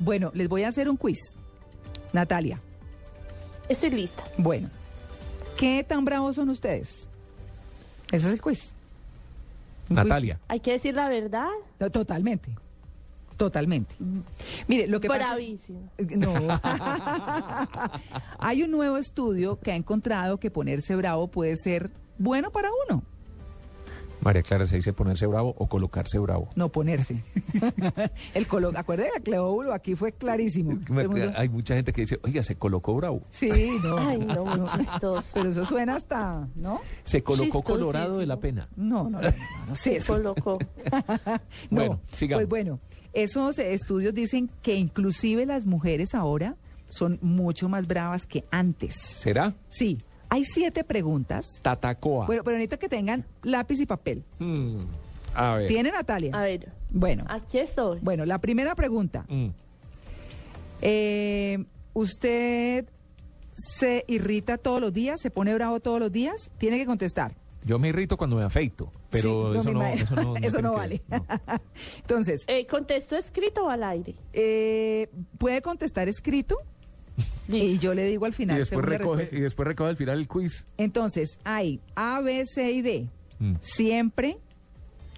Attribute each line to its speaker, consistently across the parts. Speaker 1: Bueno, les voy a hacer un quiz. Natalia,
Speaker 2: Estoy lista.
Speaker 1: bueno, ¿qué tan bravos son ustedes? Ese es el quiz. Un quiz.
Speaker 3: Natalia.
Speaker 2: Hay que decir la verdad.
Speaker 1: No, Totalmente. Totalmente. Mire, lo que pasa...
Speaker 2: Bravísimo.
Speaker 1: No. Hay un nuevo estudio que ha encontrado que ponerse bravo puede ser bueno para uno.
Speaker 3: María Clara se dice ponerse bravo o colocarse bravo.
Speaker 1: No ponerse. el colo... Acuérdense que Cleóbulo aquí fue clarísimo. Todo
Speaker 3: Me-
Speaker 1: el mundo-
Speaker 3: Hay mucha gente que dice, oiga, se colocó bravo.
Speaker 1: Sí, no.
Speaker 2: Ay, no, muy chistoso.
Speaker 1: Pero eso suena hasta, ¿no?
Speaker 3: Se colocó
Speaker 2: Chistosísimo.
Speaker 3: colorado de la pena.
Speaker 1: No, no, no, no, no sé eso.
Speaker 2: Colocó.
Speaker 1: No,
Speaker 3: Bueno, sigamos.
Speaker 1: Pues bueno, esos eh, estudios dicen que inclusive las mujeres ahora son mucho más bravas que antes.
Speaker 3: ¿Será?
Speaker 1: Sí, hay siete preguntas.
Speaker 3: Tatacoa.
Speaker 1: Bueno, pero necesito que tengan lápiz y papel.
Speaker 3: Mm, a ver.
Speaker 1: ¿Tiene Natalia?
Speaker 2: A ver,
Speaker 1: Bueno,
Speaker 2: aquí estoy.
Speaker 1: bueno, la primera pregunta.
Speaker 3: Mm,
Speaker 1: Eh, ¿Usted se irrita todos los días? ¿Se pone bravo todos los días? Tiene que contestar.
Speaker 3: Yo me irrito cuando me afeito, pero
Speaker 1: Sí,
Speaker 3: eso, no,
Speaker 1: me imagino.
Speaker 3: eso no... no
Speaker 1: Eso
Speaker 3: tiene
Speaker 1: no
Speaker 3: que
Speaker 1: vale.
Speaker 3: ver, no.
Speaker 1: Entonces,
Speaker 2: Eh, ¿Contesto escrito o al aire?
Speaker 1: eh, puede contestar escrito y
Speaker 2: Listo.
Speaker 1: yo le digo al final.
Speaker 3: Y, después
Speaker 1: según la
Speaker 3: recoge,
Speaker 1: respuesta.
Speaker 3: y después recoge al final el quiz.
Speaker 1: Entonces, hay A, B, C y D.
Speaker 3: Mm.
Speaker 1: Siempre,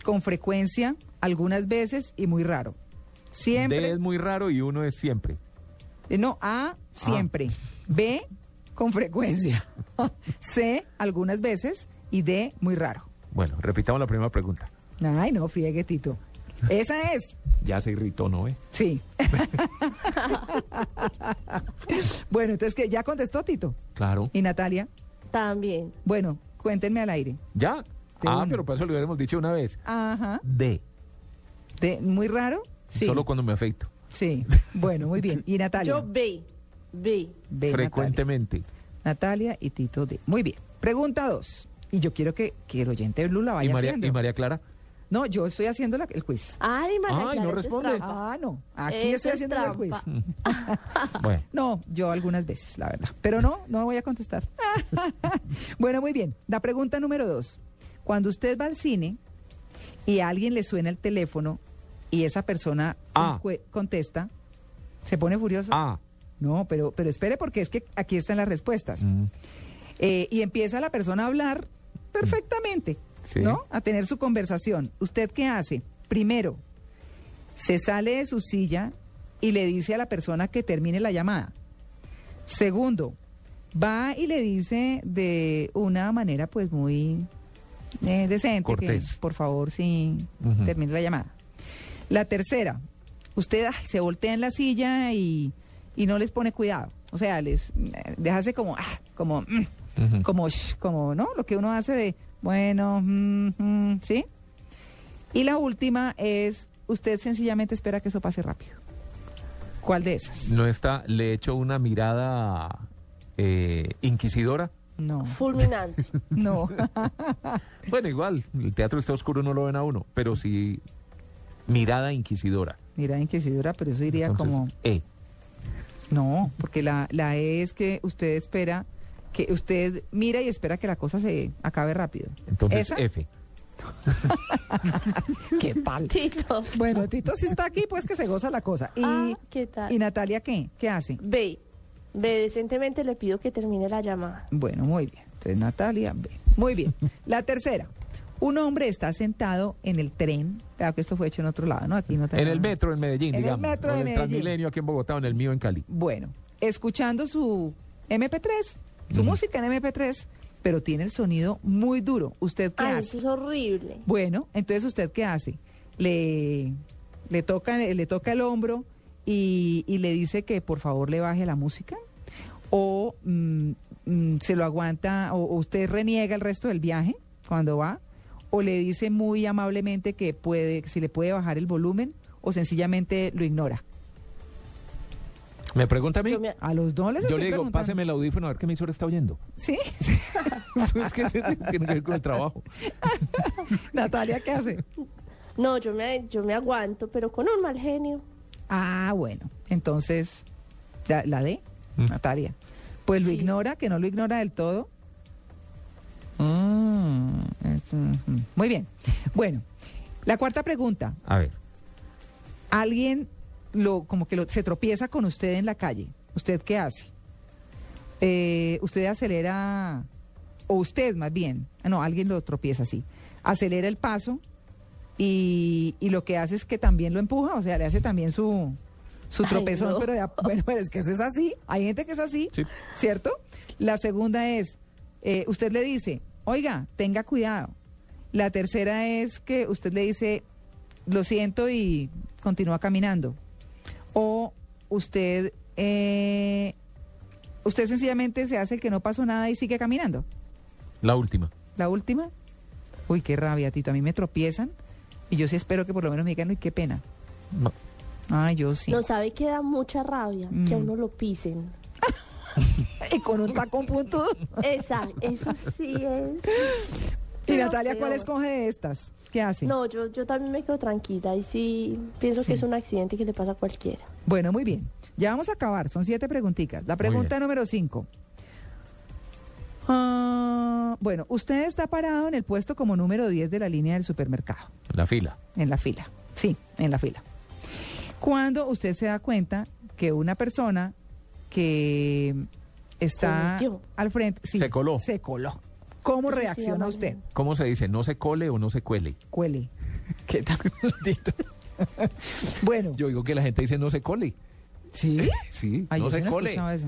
Speaker 1: con frecuencia, algunas veces y muy raro.
Speaker 3: D
Speaker 1: Siempre.
Speaker 3: es muy raro y uno es siempre.
Speaker 1: eh, No, A, siempre. B, con frecuencia. C, algunas veces. Y D, muy raro.
Speaker 3: Bueno, repitamos la primera pregunta.
Speaker 1: Ay, no, friegue, Tito. Esa es.
Speaker 3: Ya se irritó, ¿no? eh?
Speaker 1: Sí. bueno, entonces que ya contestó Tito.
Speaker 3: Claro.
Speaker 1: Y Natalia,
Speaker 2: También.
Speaker 1: bueno, cuéntenme al aire.
Speaker 3: ¿Ya?
Speaker 1: De
Speaker 3: ah,
Speaker 1: una.
Speaker 3: pero para eso lo hubiéramos dicho una vez.
Speaker 1: Ajá.
Speaker 3: D.
Speaker 1: ¿Te- ¿Muy raro? Sí.
Speaker 3: Solo cuando me afeito.
Speaker 1: Sí. Bueno, muy bien. Y Natalia.
Speaker 2: Yo B. B.
Speaker 1: Ve,
Speaker 3: frecuentemente.
Speaker 1: Natalia. Natalia y Tito D. Muy bien. Pregunta dos. Y yo quiero que, que el oyente Blue la
Speaker 3: ¿Y
Speaker 1: vaya
Speaker 3: María,
Speaker 1: haciendo.
Speaker 3: ¿Y María Clara?
Speaker 1: No, yo estoy haciendo la- el quiz.
Speaker 2: Ay, María
Speaker 3: Ay,
Speaker 2: Clara,
Speaker 3: no
Speaker 2: eso es
Speaker 3: responde.
Speaker 2: trampa.
Speaker 1: Ah, no. Aquí
Speaker 2: Eso
Speaker 1: estoy
Speaker 2: es
Speaker 1: haciendo el quiz.
Speaker 2: trampa.
Speaker 3: Bueno,
Speaker 1: No, yo algunas veces, la verdad. Pero no, no voy a contestar. bueno, muy bien. La pregunta número dos. Cuando usted va al cine y a alguien le suena el teléfono y esa persona
Speaker 3: Ah.
Speaker 1: cue- contesta, ¿se pone furioso?
Speaker 3: A.
Speaker 1: No, pero, pero espere porque es que aquí están las respuestas.
Speaker 3: Mm,
Speaker 1: Eh, y empieza la persona a hablar perfectamente,
Speaker 3: Sí.
Speaker 1: ¿no? A tener su conversación. ¿Usted qué hace? Primero, se sale de su silla y le dice a la persona que termine la llamada. Segundo, va y le dice de una manera pues muy eh, decente,
Speaker 3: Cortés.
Speaker 1: que por favor sí
Speaker 3: Ujú.
Speaker 1: termine la llamada. La tercera, usted ay, se voltea en la silla y, y no les pone cuidado. O sea, les eh, déjase como, ah, como, mm,
Speaker 3: ujú.
Speaker 1: como, sh- como, ¿no? Lo que uno hace de, bueno, mm, mm, ¿sí? Y la última es, usted sencillamente espera que eso pase rápido. ¿Cuál de esas?
Speaker 3: No está, le echo una mirada eh, inquisidora.
Speaker 1: No,
Speaker 2: Fulminante.
Speaker 1: no.
Speaker 3: Bueno, igual, el teatro está oscuro, no lo ven a uno, pero sí mirada inquisidora.
Speaker 1: Mira, inquisidora, pero eso diría
Speaker 3: Entonces,
Speaker 1: como,
Speaker 3: E.
Speaker 1: no, porque la, la E es que usted espera, que usted mira y espera que la cosa se acabe rápido.
Speaker 3: Entonces,
Speaker 1: ¿Esa?
Speaker 3: F.
Speaker 1: ¿Qué tal?
Speaker 2: Tito.
Speaker 1: Bueno, Tito, si está aquí, pues que se goza la cosa. ¿Y,
Speaker 2: Ah, ¿qué tal?
Speaker 1: ¿y Natalia qué? ¿Qué hace?
Speaker 2: B. B. Decentemente le pido que termine la llamada.
Speaker 1: Bueno, muy bien. Entonces, Natalia, ve. Muy bien. La tercera. Un hombre está sentado en el tren. Claro que esto fue hecho en otro lado, ¿no? Aquí no
Speaker 3: En el
Speaker 1: tenemos-
Speaker 3: metro en Medellín,
Speaker 1: En el
Speaker 3: digamos.
Speaker 1: metro
Speaker 3: o
Speaker 1: de
Speaker 3: en el
Speaker 1: Medellín.
Speaker 3: Transmilenio aquí en Bogotá o en el mío en Cali.
Speaker 1: Bueno, escuchando su MP3, su
Speaker 3: Ujú.
Speaker 1: música en MP3, pero tiene el sonido muy duro. ¿Usted qué
Speaker 2: Ay,
Speaker 1: hace?
Speaker 2: eso es horrible.
Speaker 1: Bueno, entonces usted qué hace? Le, le, toca, le toca el hombro y, y le dice que por favor le baje la música. O mm, mm, se lo aguanta, o, o usted reniega el resto del viaje cuando va. O le dice muy amablemente que puede, que si le puede bajar el volumen, o sencillamente lo ignora.
Speaker 3: ¿Me pregunta a mí?
Speaker 2: Yo me-
Speaker 1: A los dos les
Speaker 3: Yo
Speaker 1: estoy
Speaker 3: le digo,
Speaker 1: preguntando.
Speaker 3: páseme el audífono a ver qué emisora está oyendo.
Speaker 1: ¿Sí?
Speaker 3: es que eso tiene que ver con el trabajo.
Speaker 1: Natalia, ¿qué hace?
Speaker 2: No, yo me, yo me aguanto, pero con un mal genio.
Speaker 1: Ah, bueno. Entonces, la, la D,
Speaker 3: Mm.
Speaker 1: Natalia. Pues lo
Speaker 2: Sí.
Speaker 1: ignora, que no lo ignora del todo. Mm, es, ujú. Muy bien. Bueno, la cuarta pregunta.
Speaker 3: A ver.
Speaker 1: Alguien lo, como que lo- se tropieza con usted en la calle, ¿usted qué hace? Eh, usted acelera, o usted más bien, ah, no, alguien lo tropieza así, acelera el paso y, y lo que hace es que también lo empuja, o sea, le hace también su, su
Speaker 2: Ay,
Speaker 1: tropezón,
Speaker 2: no.
Speaker 1: pero de a- bueno, pero es que eso es así, hay gente que es así,
Speaker 3: Sí.
Speaker 1: ¿cierto? La segunda es, eh, usted le dice, oiga, tenga cuidado. La tercera es que usted le dice, lo siento y continúa caminando. O usted, eh, usted sencillamente se hace el que no pasó nada y sigue caminando.
Speaker 3: La última.
Speaker 1: La última, uy, qué rabia, Tito, a mí me tropiezan y yo sí espero que por lo menos me digan, uy, qué pena.
Speaker 3: No.
Speaker 1: Ay, yo sí.
Speaker 2: No sabe que da mucha rabia que a
Speaker 1: Mm.
Speaker 2: uno lo pisen.
Speaker 1: Y con un tacón puntudo.
Speaker 2: Exacto, eso sí es.
Speaker 1: Y
Speaker 2: Pero
Speaker 1: Natalia, ¿cuál
Speaker 2: peor.
Speaker 1: escoge de estas? ¿Qué hace?
Speaker 2: No, yo, yo también me quedo tranquila y sí pienso que es un accidente que le pasa a cualquiera.
Speaker 1: Bueno, muy bien. Ya vamos a acabar. Son siete preguntitas. La pregunta número cinco. Ah, bueno, usted está parado en el puesto como número 10 de la línea del supermercado,
Speaker 3: La fila.
Speaker 1: en la fila. Sí, en la fila. Cuando usted se da cuenta que una persona que está
Speaker 2: Se metió.
Speaker 1: al frente... sí,
Speaker 3: Se coló.
Speaker 1: Se coló. ¿Cómo
Speaker 2: Eso se
Speaker 1: reacciona
Speaker 2: llama-
Speaker 1: usted?
Speaker 3: ¿Cómo se dice? ¿No se cole o no se cuele?
Speaker 1: Cuele. ¿Qué tal? Tito? bueno,
Speaker 3: Yo digo que la gente dice no se cole.
Speaker 1: ¿sí?
Speaker 3: Sí,
Speaker 1: Ay,
Speaker 3: no
Speaker 1: yo sí
Speaker 3: se
Speaker 1: no he
Speaker 3: cole.
Speaker 1: escuchado eso.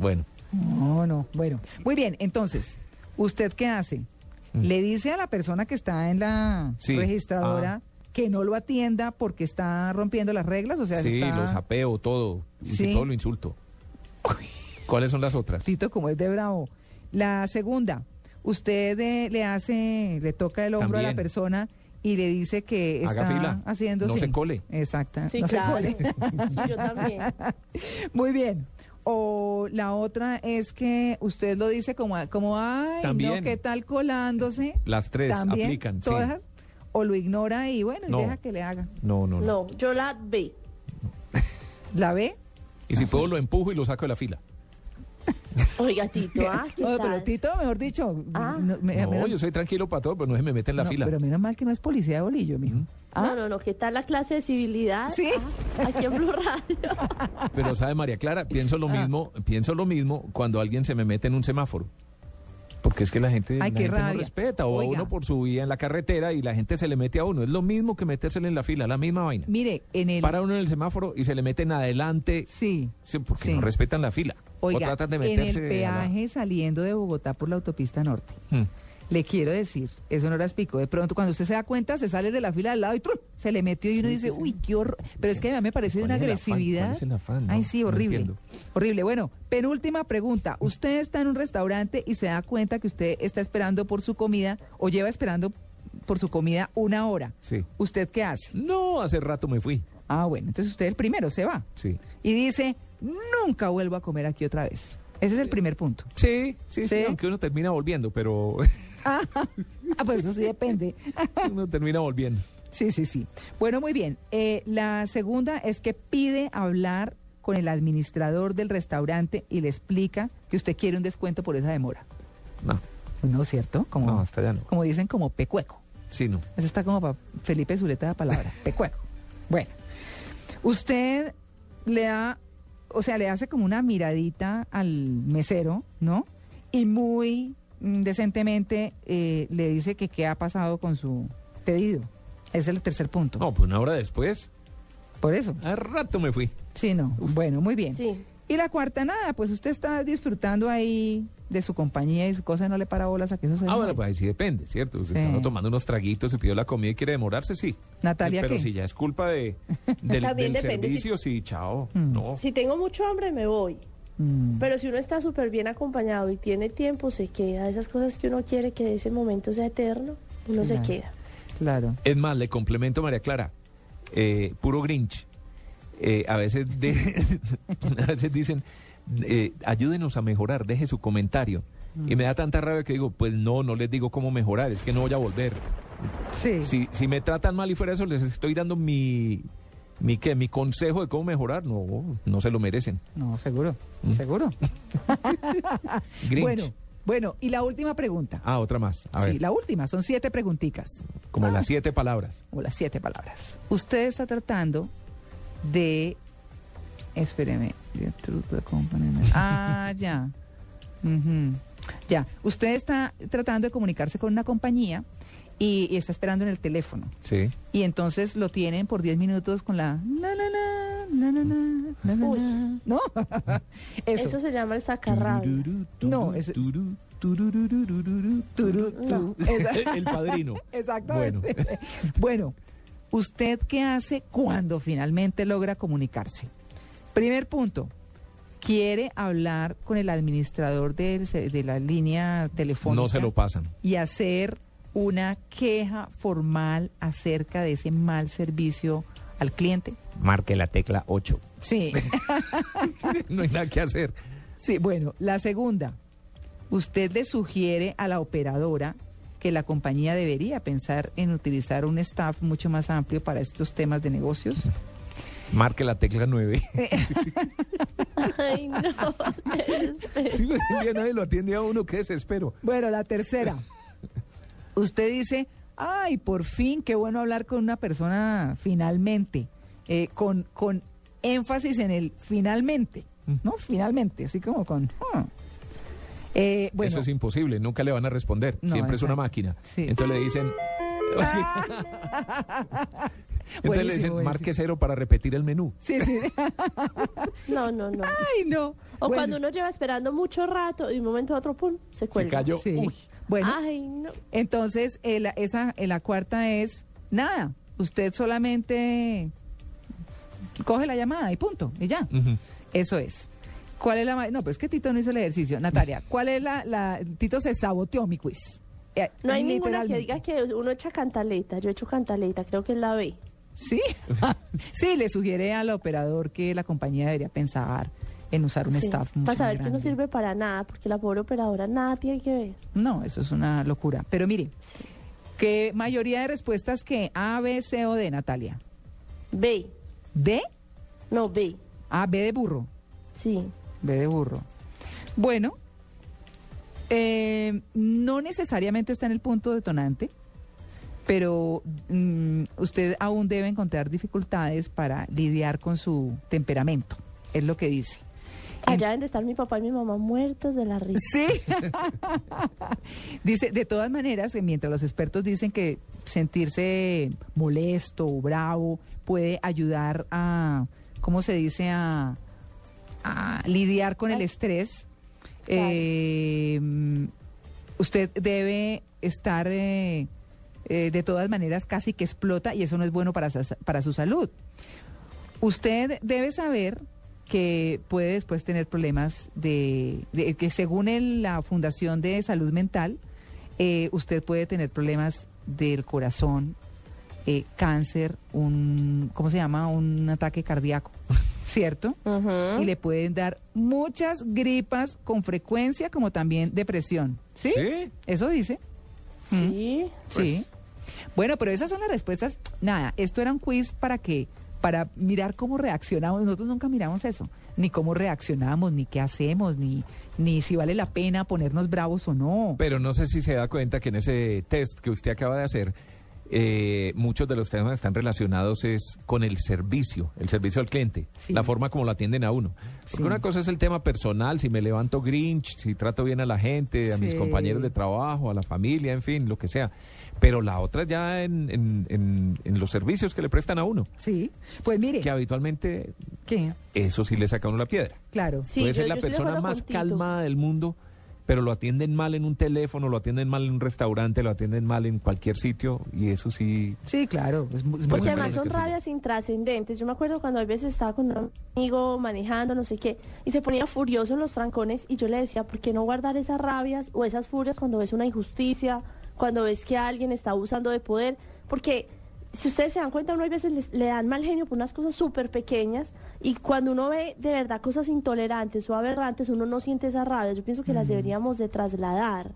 Speaker 3: Bueno,
Speaker 1: No, no. Bueno, muy bien. Entonces, ¿usted qué hace?
Speaker 3: Mm.
Speaker 1: Le dice a la persona que está en la
Speaker 3: Sí. Ah.
Speaker 1: registradora que no lo atienda porque está rompiendo las reglas, o sea,
Speaker 3: sí,
Speaker 1: está...
Speaker 3: lo sapeo todo. Y si
Speaker 1: Sí.
Speaker 3: todo lo insulto. ¿Cuáles son las otras?
Speaker 1: Tito, como es de bravo. La segunda, usted eh, le hace, le toca el hombro a la
Speaker 3: También.
Speaker 1: persona y le dice que
Speaker 3: Haga
Speaker 1: está
Speaker 3: fila,
Speaker 1: haciendo
Speaker 3: no
Speaker 1: sí.
Speaker 3: se cole.
Speaker 1: Exacta.
Speaker 2: Sí,
Speaker 1: no se
Speaker 2: claro.
Speaker 1: cole.
Speaker 2: Sí, yo también.
Speaker 1: Muy bien. O la otra es que usted lo dice como, como ay, no,
Speaker 3: También.
Speaker 1: ¿qué tal colándose?
Speaker 3: Las tres
Speaker 1: También,
Speaker 3: Pues, aplican. sí.
Speaker 1: todas, O lo ignora y bueno, y
Speaker 3: No.
Speaker 1: deja que le haga.
Speaker 3: No, no, no,
Speaker 2: No, yo la ve.
Speaker 1: ¿La ve?
Speaker 3: Y
Speaker 1: Ah,
Speaker 3: si puedo lo empujo y lo saco de la fila.
Speaker 2: Oiga, Tito, ah, ¿qué
Speaker 1: No, pero
Speaker 2: tal?
Speaker 1: Tito, mejor dicho.
Speaker 2: Ah.
Speaker 1: me-
Speaker 3: no,
Speaker 1: menos-
Speaker 3: yo soy tranquilo para todo, pero no se me mete en la
Speaker 1: no,
Speaker 3: fila.
Speaker 1: Pero menos mal que no es policía de bolillo, mijo.
Speaker 2: No, no, no, ¿qué tal la clase de civilidad?
Speaker 1: ah. Sí.
Speaker 2: Ah, aquí en Blue Radio.
Speaker 3: Pero sabe María Clara, pienso
Speaker 1: Ah.
Speaker 3: lo mismo, pienso lo mismo cuando alguien se me mete en un semáforo. Porque es que la gente,
Speaker 1: Ay,
Speaker 3: la
Speaker 1: qué
Speaker 3: gente no
Speaker 1: rabia.
Speaker 3: respeta, o a
Speaker 1: Oiga.
Speaker 3: uno por su vía en la carretera y la gente se le mete a uno. Es lo mismo que metérsele en la fila, la misma vaina.
Speaker 1: Mire, en el.
Speaker 3: Para uno en el semáforo y se le meten adelante,
Speaker 1: Sí.
Speaker 3: sí, porque
Speaker 1: Sí.
Speaker 3: no respetan la fila. o
Speaker 1: Oiga,
Speaker 3: tratan de
Speaker 1: en
Speaker 3: meterse
Speaker 1: el
Speaker 3: a la-
Speaker 1: peaje saliendo de Bogotá por la autopista norte.
Speaker 3: Mm.
Speaker 1: Le quiero decir, eso no era pico. De pronto, cuando usted se da cuenta, se sale de la fila al lado y ¡trum! se le metió y uno
Speaker 3: Sí,
Speaker 1: dice,
Speaker 3: sí, sí.
Speaker 1: uy, qué horror. Pero es que a mí me parece de
Speaker 3: ¿Cuál
Speaker 1: una
Speaker 3: es el afán?
Speaker 1: agresividad.
Speaker 3: ¿Cuál es el afán?
Speaker 1: Ay,
Speaker 3: No,
Speaker 1: sí,
Speaker 3: no
Speaker 1: horrible.
Speaker 3: entiendo.
Speaker 1: horrible. Bueno, penúltima pregunta. Usted está en un restaurante y se da cuenta que usted está esperando por su comida o lleva esperando por su comida una hora.
Speaker 3: Sí.
Speaker 1: ¿Usted qué hace?
Speaker 3: No, hace rato me fui.
Speaker 1: Ah, bueno, entonces usted el primero se va
Speaker 3: Sí.
Speaker 1: y dice, nunca vuelvo a comer aquí otra vez. Ese es el primer punto.
Speaker 3: Sí, sí, sí,
Speaker 1: Sí.
Speaker 3: aunque uno termina volviendo, pero
Speaker 1: Ah, pues eso sí depende.
Speaker 3: uno termina volviendo.
Speaker 1: Sí, sí, sí. Bueno, muy bien. Eh, la segunda es que pide hablar con el administrador del restaurante y le explica que usted quiere un descuento por esa demora.
Speaker 3: No,
Speaker 1: No, ¿cierto? Como,
Speaker 3: no, hasta allá no.
Speaker 1: como dicen, como pecueco.
Speaker 3: Sí, no.
Speaker 1: Eso está como para Felipe Zuleta la palabra, pecueco. Bueno, usted le da, o sea, le hace como una miradita al mesero, ¿no? Y muy mm, decentemente eh, le dice que qué ha pasado con su pedido. Ese es el tercer punto.
Speaker 3: No, pues una hora después,
Speaker 1: Por eso.
Speaker 3: hace rato me fui.
Speaker 1: Sí, no. Bueno, muy bien.
Speaker 2: Sí.
Speaker 1: Y la cuarta, nada, pues usted está disfrutando ahí de su compañía y su cosa, no le para bolas a que eso se
Speaker 3: Ah, bueno,
Speaker 1: demore.
Speaker 3: pues ahí sí depende, ¿cierto? Porque
Speaker 1: Sí.
Speaker 3: Está uno tomando unos traguitos y pidió la comida y quiere demorarse, sí.
Speaker 1: Natalia,
Speaker 3: Pero
Speaker 1: ¿qué?
Speaker 3: si ya es culpa de, del,
Speaker 2: También
Speaker 3: del
Speaker 2: depende si-
Speaker 3: servicio, sí, chao.
Speaker 1: Mm.
Speaker 3: No.
Speaker 2: Si tengo mucho hambre, me voy.
Speaker 1: Mm.
Speaker 2: Pero si uno está súper bien acompañado y tiene tiempo, se queda. Esas cosas que uno quiere que ese momento sea eterno, uno se
Speaker 1: Claro.
Speaker 2: queda.
Speaker 1: Claro.
Speaker 3: Es más, le complemento María Clara, eh, puro Grinch. Eh, a, veces de- a veces dicen, eh, ayúdenos a mejorar, deje su comentario.
Speaker 1: Mm.
Speaker 3: Y me da tanta rabia que digo, pues no, no les digo cómo mejorar, es que no voy a volver.
Speaker 1: Sí.
Speaker 3: Si, si me tratan mal y fuera eso, les estoy dando mi, mi, ¿qué? mi consejo de cómo mejorar. No, no se lo merecen.
Speaker 1: No, seguro,
Speaker 3: Mm.
Speaker 1: seguro.
Speaker 3: Grinch.
Speaker 1: Bueno, bueno, y la última pregunta.
Speaker 3: Ah, otra más. A
Speaker 1: sí,
Speaker 3: ver,
Speaker 1: la última, son siete pregunticas,
Speaker 3: como las siete palabras.
Speaker 1: o las siete palabras. Usted está tratando de... Espéreme. Gertrude Company. Ah, ya. Ujú. Ya. Usted está tratando de comunicarse con una compañía y, y está esperando en el teléfono.
Speaker 3: Sí.
Speaker 1: Y entonces lo tienen por 10 minutos con la... na, na, na, na, na, na, na, na,
Speaker 2: Uy.
Speaker 1: na. ¿No?
Speaker 2: Eso. se llama el sacarrabias.
Speaker 1: No, es-
Speaker 3: Tururú, turururururú, turú,
Speaker 2: No.
Speaker 3: tú. El padrino.
Speaker 1: Exactamente. Bueno. ¿usted qué hace cuando finalmente logra comunicarse? Primer punto, quiere hablar con el administrador del se- de la línea telefónica
Speaker 3: No se lo pasan.
Speaker 1: y hacer una queja formal acerca de ese mal servicio al cliente.
Speaker 3: Marque la tecla 8.
Speaker 1: Sí,
Speaker 3: No hay nada que hacer.
Speaker 1: sí, bueno, la segunda, usted le sugiere a la operadora que la compañía debería pensar en utilizar un staff mucho más amplio para estos temas de negocios.
Speaker 3: Marque la tecla 9.
Speaker 2: Ay, no. qué desespero.
Speaker 3: Sí, hoy en día nadie lo atiende a uno, qué desespero.
Speaker 1: Bueno, la tercera. Usted dice, ay, por fin, qué bueno hablar con una persona finalmente, eh, con, con énfasis en el finalmente,
Speaker 3: Mm.
Speaker 1: ¿no? Finalmente, así como con... "Ah". Eh, bueno,
Speaker 3: Eso es imposible, nunca le van a responder.
Speaker 1: No,
Speaker 3: Siempre es una
Speaker 1: exacto.
Speaker 3: máquina.
Speaker 1: Sí.
Speaker 3: Entonces le dicen. Entonces le
Speaker 1: Buenísimo,
Speaker 3: dicen,
Speaker 1: buenísimo.
Speaker 3: marque cero para repetir el menú.
Speaker 1: sí, sí.
Speaker 2: No, no, no.
Speaker 1: ay, no.
Speaker 2: O
Speaker 1: Bueno,
Speaker 2: cuando uno lleva esperando mucho rato y de un momento a otro, pum, se cuelga.
Speaker 3: cayó.
Speaker 1: sí.
Speaker 3: Uy.
Speaker 1: Bueno,
Speaker 2: Ay, no.
Speaker 1: entonces eh, la, esa, eh, la cuarta es, nada, usted solamente coge la llamada y punto, y ya.
Speaker 3: Ujú.
Speaker 1: Eso es. ¿Cuál es la ma- No, pues que Tito no hizo el ejercicio. Natalia, ¿cuál es la, la- Tito se saboteó mi quiz. Eh,
Speaker 2: No hay ninguna que
Speaker 1: literalmente.
Speaker 2: diga que uno echa cantaleta. Yo echo cantaleta, creo que es la B.
Speaker 1: Sí. sí, le sugiere al operador que la compañía debería pensar en usar un
Speaker 2: Sí,
Speaker 1: staff mucho
Speaker 2: Para
Speaker 1: más
Speaker 2: saber que no
Speaker 1: grande.
Speaker 2: sirve para nada, porque la pobre operadora nada tiene que ver.
Speaker 1: No, eso es una locura. Pero mire,
Speaker 2: Sí.
Speaker 1: ¿qué mayoría de respuestas que A, B, C o D, Natalia?
Speaker 2: B.
Speaker 1: ¿D?
Speaker 2: No, B.
Speaker 1: A, B de burro.
Speaker 2: Sí.
Speaker 1: B de burro. Bueno, eh, no necesariamente está en el punto detonante, pero mm, usted aún debe encontrar dificultades para lidiar con su temperamento, es lo que dice.
Speaker 2: Allá deben de estar mi papá y mi mamá muertos de la risa.
Speaker 1: Sí. Dice, de todas maneras, eh, mientras los expertos dicen que sentirse molesto o bravo puede ayudar a, ¿cómo se dice?, a, a lidiar con el
Speaker 2: Ay.
Speaker 1: estrés.
Speaker 2: Claro.
Speaker 1: eh, mm, usted debe estar, eh, eh, de todas maneras, casi que explota y eso no es bueno para sa- para su salud. Usted debe saber que puede después tener problemas de, de- que según el- la Fundación de Salud Mental, eh, usted puede tener problemas del corazón, eh, cáncer, un, ¿cómo se llama? Un ataque cardíaco, ¿cierto?
Speaker 2: Ujú.
Speaker 1: Y le pueden dar muchas gripas con frecuencia, como también depresión, ¿sí?
Speaker 3: ¿Sí? Pues.
Speaker 1: Eso dice.
Speaker 2: Sí.
Speaker 1: Sí. Bueno, pero esas son las respuestas. Nada, esto era un quiz para que para mirar cómo reaccionamos. Nosotros nunca miramos eso, ni cómo reaccionamos, ni qué hacemos, ni ni si vale la pena ponernos bravos o no.
Speaker 3: Pero no sé si se da cuenta que en ese test que usted acaba de hacer, eh, muchos de los temas están relacionados es con el servicio, el servicio al cliente,
Speaker 1: Sí.
Speaker 3: la forma como lo atienden a uno. Porque
Speaker 1: Sí.
Speaker 3: una cosa es el tema personal, si me levanto grinch, si trato bien a la gente, a mis
Speaker 1: Sí.
Speaker 3: compañeros de trabajo, a la familia, en fin, lo que sea. Pero la otra ya en, en- en- en los servicios que le prestan a uno,
Speaker 1: Sí. Pues mire,
Speaker 3: que habitualmente
Speaker 1: ¿qué?
Speaker 3: eso sí le saca a uno la piedra.
Speaker 1: Claro.
Speaker 2: Sí,
Speaker 3: Puede
Speaker 2: yo-
Speaker 3: ser la
Speaker 2: yo estoy de
Speaker 3: persona
Speaker 2: acuerdo
Speaker 3: más
Speaker 2: contigo.
Speaker 3: calmada del mundo, pero lo atienden mal en un teléfono, lo atienden mal en un restaurante, lo atienden mal en cualquier sitio y eso sí.
Speaker 1: Sí, claro. Es, mu- es
Speaker 3: Pues
Speaker 1: muy-
Speaker 2: Porque
Speaker 3: me
Speaker 2: además
Speaker 3: parece
Speaker 2: son
Speaker 3: que sí.
Speaker 2: rabias intrascendentes. Yo me acuerdo cuando a veces estaba con un amigo manejando, no sé qué, y se ponía furioso en los trancones y yo le decía, ¿por qué no guardar esas rabias o esas furias cuando ves una injusticia, cuando ves que alguien está abusando de poder? Porque si ustedes se dan cuenta, uno a veces les- le dan mal genio por unas cosas súper pequeñas y cuando uno ve de verdad cosas intolerantes o aberrantes, uno no siente esas rabias. Yo pienso que las deberíamos de trasladar.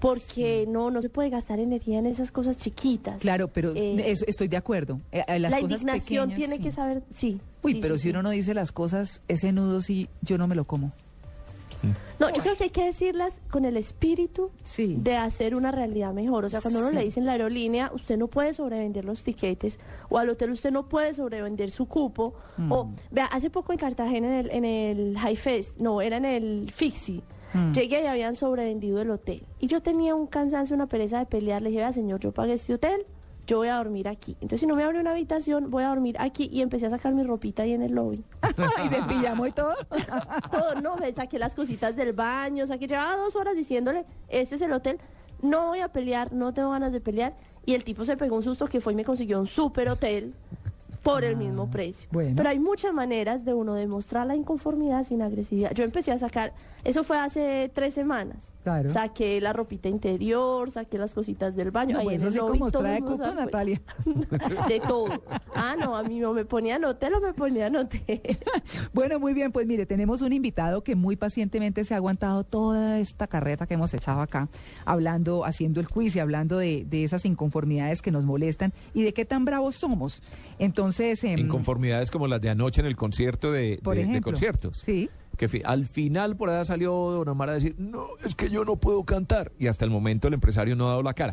Speaker 2: Porque no, no se puede gastar energía en esas cosas chiquitas.
Speaker 1: Claro, pero
Speaker 2: Eh,
Speaker 1: eso- estoy de acuerdo. Eh, eh, las
Speaker 2: la
Speaker 1: cosas
Speaker 2: indignación
Speaker 1: pequeñas,
Speaker 2: tiene
Speaker 1: sí.
Speaker 2: que saber, sí.
Speaker 1: Uy,
Speaker 2: sí,
Speaker 1: pero
Speaker 2: sí,
Speaker 1: si uno no dice las cosas, ese nudo sí yo no me lo como.
Speaker 2: No, yo creo que hay que decirlas con el espíritu
Speaker 1: Sí.
Speaker 2: de hacer una realidad mejor. O sea, cuando uno
Speaker 1: Sí.
Speaker 2: le dicen la aerolínea, usted no puede sobrevender los tiquetes, o al hotel usted no puede sobrevender su cupo. O,
Speaker 1: Mm.
Speaker 2: vea, hace poco en Cartagena, en el, en el High Fest, no, era en el Fixi,
Speaker 1: Mm.
Speaker 2: llegué y habían sobrevendido el hotel. Y yo tenía un cansancio, una pereza de pelear. Le dije, vea, señor, yo pagué este hotel, yo voy a dormir aquí. Entonces, si no me abre una habitación, voy a dormir aquí. Y empecé a sacar mi ropita ahí en el lobby.
Speaker 1: y cepillamos y todo.
Speaker 2: todo, no, me saqué las cositas del baño, o sea que llevaba dos horas diciéndole, este es el hotel, no voy a pelear, no tengo ganas de pelear, y el tipo se pegó un susto que fue y me consiguió un super hotel por el mismo precio.
Speaker 1: Ah, bueno.
Speaker 2: Pero hay muchas maneras de uno demostrar la inconformidad sin agresividad. Yo empecé a sacar, eso fue hace tres semanas.
Speaker 1: Claro.
Speaker 2: Saqué la ropita interior, saqué las cositas del baño.
Speaker 1: No,
Speaker 2: ahí
Speaker 1: pues eso
Speaker 2: en el
Speaker 1: sí
Speaker 2: lobby
Speaker 1: como
Speaker 2: todo el
Speaker 1: trae
Speaker 2: mundo pues. se
Speaker 1: cuco,
Speaker 2: da cuenta.
Speaker 1: Natalia.
Speaker 2: De todo. Ah, no, a mí no me ponían hotel o me ponían hotel.
Speaker 1: Bueno, muy bien, pues mire, tenemos un invitado que muy pacientemente se ha aguantado toda esta carreta que hemos echado acá, hablando, haciendo el quiz y hablando de, de esas inconformidades que nos molestan y de qué tan bravos somos. Entonces, em,
Speaker 3: Inconformidades como las de anoche en el concierto de,
Speaker 1: por
Speaker 3: de- de
Speaker 1: ejemplo,
Speaker 3: conciertos.
Speaker 1: Sí.
Speaker 3: Que fi- al final por allá salió Don Omar a decir, no, es que yo no puedo cantar. Y hasta el momento el empresario no ha dado la cara.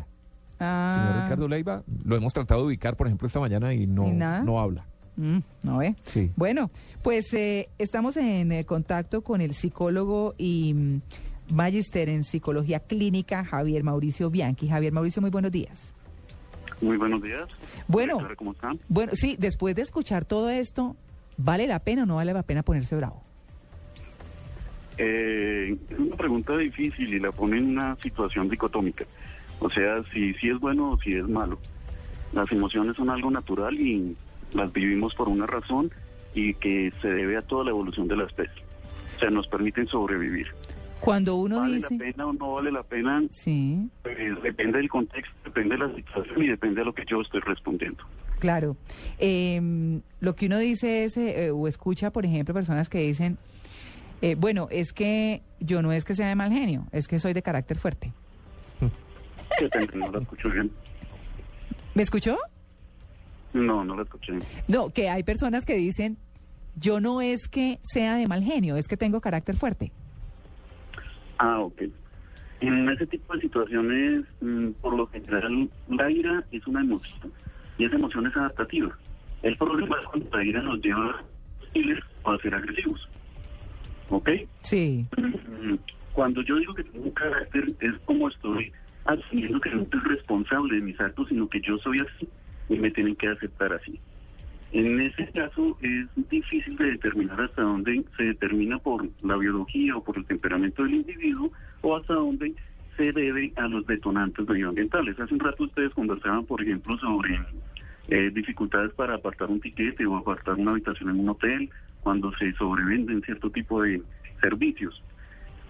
Speaker 3: Señor
Speaker 1: Ah,
Speaker 3: Ricardo Leiva, lo hemos tratado de ubicar, por ejemplo, esta mañana y no,
Speaker 1: ¿Y nada?
Speaker 3: no habla.
Speaker 1: mm, no ve.
Speaker 3: Sí.
Speaker 1: Bueno, pues eh, estamos en eh, contacto con el psicólogo y mm, magister en psicología clínica Javier Mauricio Bianchi. Javier Mauricio, muy buenos días.
Speaker 4: Muy buenos días.
Speaker 1: Bueno.
Speaker 4: Doctora, ¿Cómo están?
Speaker 1: Bueno, sí, después de escuchar todo esto, ¿vale la pena o no vale la pena ponerse bravo?
Speaker 4: Eh, es una pregunta difícil y la pone en una situación dicotómica. O sea, si, si es bueno o si es malo. Las emociones son algo natural y las vivimos por una razón y que se debe a toda la evolución de la especie. O sea, nos permiten sobrevivir.
Speaker 1: Cuando uno
Speaker 4: ¿Vale
Speaker 1: dice...
Speaker 4: la pena o no vale la pena?
Speaker 1: Sí,
Speaker 4: Pues, depende del contexto, depende de la situación y depende de lo que yo estoy respondiendo.
Speaker 1: claro. Eh, lo que uno dice es, eh, o escucha, por ejemplo, personas que dicen, eh, bueno, es que yo no es que sea de mal genio, es que soy de carácter fuerte.
Speaker 4: Que también no la escucho bien.
Speaker 1: ¿Me escuchó?
Speaker 4: No, no la escuché bien.
Speaker 1: No, que hay personas que dicen, yo no es que sea de mal genio, es que tengo carácter fuerte.
Speaker 4: Ah, ok. En ese tipo de situaciones, mm, por lo general, la ira es una emoción y esa emoción es adaptativa. El problema es cuando la ira nos lleva a hostiles o a ser agresivos. ¿Ok?
Speaker 1: Sí,
Speaker 4: Mm, Cuando yo digo que tengo un carácter, es como estoy asumiendo que no soy responsable de mis actos, sino que yo soy así y me tienen que aceptar así. En ese caso es difícil de determinar hasta dónde se determina por la biología o por el temperamento del individuo o hasta dónde se debe a los detonantes medioambientales. Hace un rato ustedes conversaban, por ejemplo, sobre eh, dificultades para apartar un tiquete o apartar una habitación en un hotel cuando se sobrevenden cierto tipo de servicios.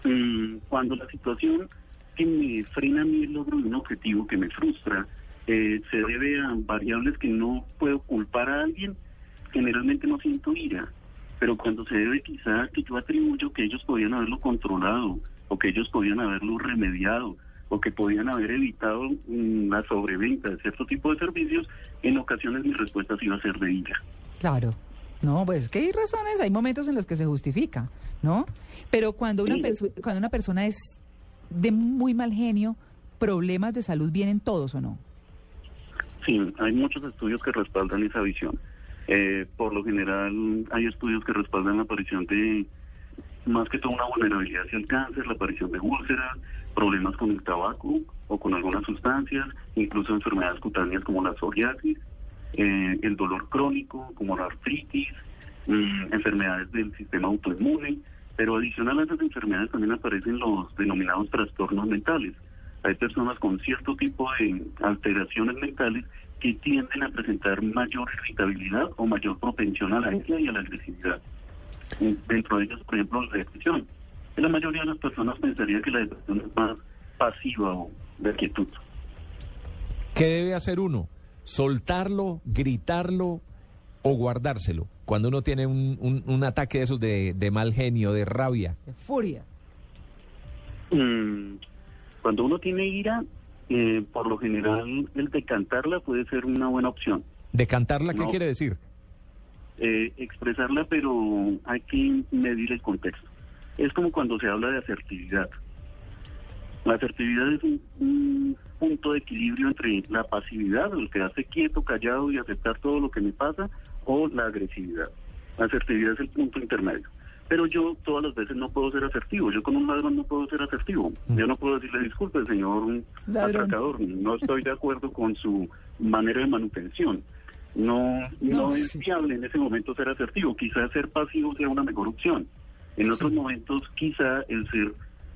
Speaker 4: Mm, cuando la situación que me frena a mí el logro de un objetivo que me frustra eh, se debe a variables que no puedo culpar a alguien, generalmente no siento ira, pero cuando se debe quizá a que yo atribuyo que ellos podían haberlo controlado o que ellos podían haberlo remediado o que podían haber evitado mm, la sobreventa de cierto tipo de servicios, en ocasiones mi respuesta sí iba a ser de ira.
Speaker 1: claro. No, pues que hay razones, hay momentos en los que se justifica, ¿no? Pero cuando una,
Speaker 4: Sí.
Speaker 1: perso- cuando una persona es de muy mal genio, problemas de salud vienen todos o no.
Speaker 4: Sí, hay muchos estudios que respaldan esa visión. Eh, por lo general, hay estudios que respaldan la aparición de, más que todo, una vulnerabilidad hacia el cáncer, la aparición de úlceras, problemas con el tabaco o con algunas sustancias, incluso enfermedades cutáneas como la psoriasis, eh, el dolor crónico como la artritis, mm, enfermedades del sistema autoinmune. Pero adicional a esas enfermedades también aparecen los denominados trastornos mentales. Hay personas con cierto tipo de alteraciones mentales que tienden a presentar mayor irritabilidad o mayor propensión a la ira y a la agresividad. Y Dentro de ellos, por ejemplo, la depresión. La mayoría de las personas pensaría que la depresión es más pasiva o de quietud.
Speaker 3: ¿Qué debe hacer uno? ¿Soltarlo, gritarlo o guardárselo? Cuando uno tiene un, un- un ataque de esos de, de mal genio, de rabia.
Speaker 1: Furia.
Speaker 4: Mm, Cuando uno tiene ira, eh, por lo general el decantarla puede ser una buena opción.
Speaker 3: ¿Decantarla qué
Speaker 4: No.
Speaker 3: quiere decir?
Speaker 4: eh, expresarla, pero hay que medir el contexto. Es como cuando se habla de asertividad. La asertividad es un, un punto de equilibrio entre la pasividad, el quedarse quieto, callado y aceptar todo lo que me pasa, o la agresividad. La asertividad es el punto intermedio. Pero yo todas las veces no puedo ser asertivo. Yo con un ladrón no puedo ser asertivo. Yo no puedo decirle disculpe, señor
Speaker 1: Ladrón.
Speaker 4: atracador. No estoy de acuerdo con su manera de manutención. No, no,
Speaker 1: No,
Speaker 4: es
Speaker 1: sí.
Speaker 4: viable en ese momento ser asertivo. Quizás ser pasivo sea una mejor opción. En otros momentos, quizá el ser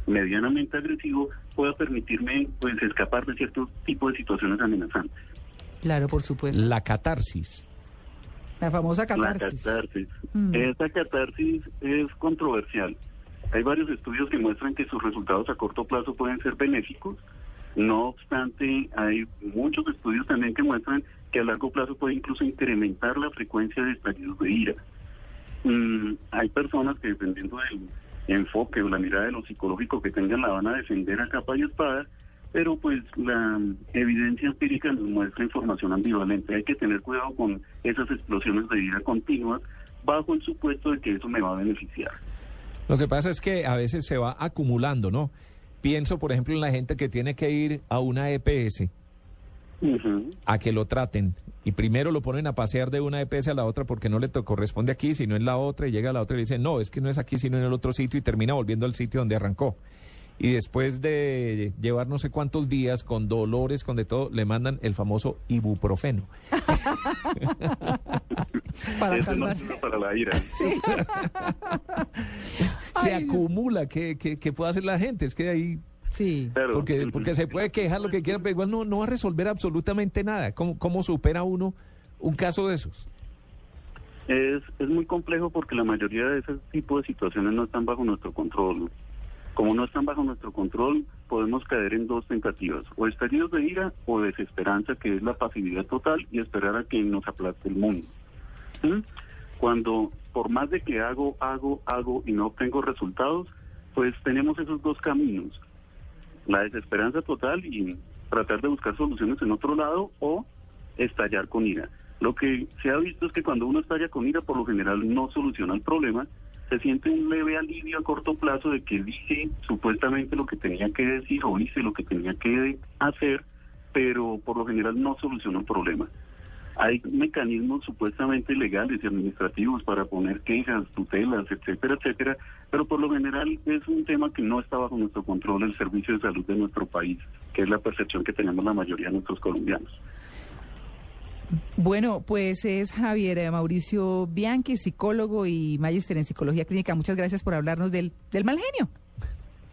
Speaker 4: medianamente agresivo pueda permitirme pues escapar de cierto tipo de situaciones amenazantes.
Speaker 1: Claro, por supuesto.
Speaker 3: La catarsis.
Speaker 1: La famosa catarsis.
Speaker 4: La catarsis.
Speaker 1: Mm.
Speaker 4: Esa catarsis es controversial. Hay varios estudios que muestran que sus resultados a corto plazo pueden ser benéficos. No obstante, hay muchos estudios también que muestran que a largo plazo puede incluso incrementar la frecuencia de estallidos de ira. Mm, hay personas que dependiendo del enfoque o la mirada de lo psicológico que tengan la van a defender a capa y espada, pero pues la mm, evidencia empírica nos muestra información ambivalente. Hay que tener cuidado con esas explosiones de ira continuas bajo el supuesto de que eso me va a beneficiar.
Speaker 3: Lo que pasa es que a veces se va acumulando, ¿no? Pienso, por ejemplo, en la gente que tiene que ir a una E EPS
Speaker 4: Ujú.
Speaker 3: a que lo traten y primero lo ponen a pasear de una EPS a la otra porque no le to- corresponde aquí, sino en la otra y llega a la otra y le dicen, no, es que no es aquí, sino en el otro sitio y termina volviendo al sitio donde arrancó. Y después de llevar no sé cuántos días con dolores, con de todo, le mandan el famoso ibuprofeno.
Speaker 1: Para
Speaker 4: Ese no es
Speaker 1: calmarse.
Speaker 4: uno para la ira.
Speaker 3: Se
Speaker 1: Ay, no.
Speaker 3: acumula, ¿qué, qué, qué puede hacer la gente? Es que ahí
Speaker 1: Sí.
Speaker 4: Claro.
Speaker 3: Porque,
Speaker 4: Ujú.
Speaker 3: porque se puede quejar lo que quiera, pero igual no, no va a resolver absolutamente nada. ¿Cómo, cómo supera uno un caso de esos?
Speaker 4: Es, es muy complejo porque la mayoría de ese tipo de situaciones no están bajo nuestro control. Como no están bajo nuestro control, podemos caer en dos tentativas, o estallidos de ira o desesperanza, que es la pasividad total y esperar a que nos aplaste el mundo. ¿Mm? Cuando por más de que hago, hago, hago y no obtengo resultados, pues tenemos esos dos caminos, la desesperanza total y tratar de buscar soluciones en otro lado o estallar con ira. Lo que se ha visto es que cuando uno estalla con ira, por lo general no soluciona el problema, se siente un leve alivio a corto plazo de que dije supuestamente lo que tenía que decir o hice lo que tenía que hacer, pero por lo general no soluciona el problema. Hay mecanismos supuestamente legales y administrativos para poner quejas, tutelas, etcétera, etcétera, pero por lo general es un tema que no está bajo nuestro control el servicio de salud de nuestro país, que es la percepción que tenemos la mayoría de nuestros colombianos.
Speaker 1: Bueno, pues es Javier eh, Mauricio Bianchi, psicólogo y magíster en psicología clínica. Muchas gracias por hablarnos del, del mal genio.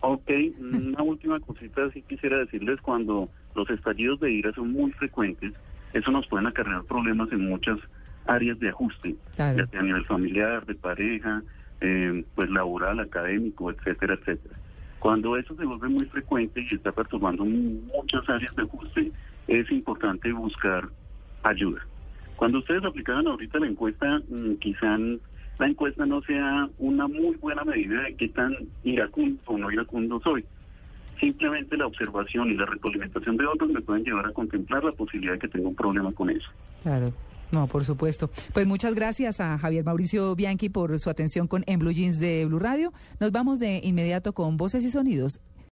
Speaker 4: Ok, una última cosita sí quisiera decirles, cuando los estallidos de ira son muy frecuentes, eso nos pueden acarrear problemas en muchas áreas de ajuste,
Speaker 1: Claro.
Speaker 4: ya sea a nivel familiar, de pareja, eh, pues laboral, académico, etcétera, etcétera. Cuando eso se vuelve muy frecuente y está perturbando muchas áreas de ajuste, es importante buscar ayuda. Cuando ustedes aplicaron ahorita la encuesta, mm, quizá n- la encuesta no sea una muy buena medida de qué tan iracundo o no iracundo soy. Simplemente la observación y la retroalimentación de otros me pueden llevar a contemplar la posibilidad de que tenga un problema con eso.
Speaker 1: Claro. No, por supuesto. Pues muchas gracias a Javier Mauricio Bianchi por su atención con En Blue Jeans de Blue Radio. Nos vamos de inmediato con Voces y Sonidos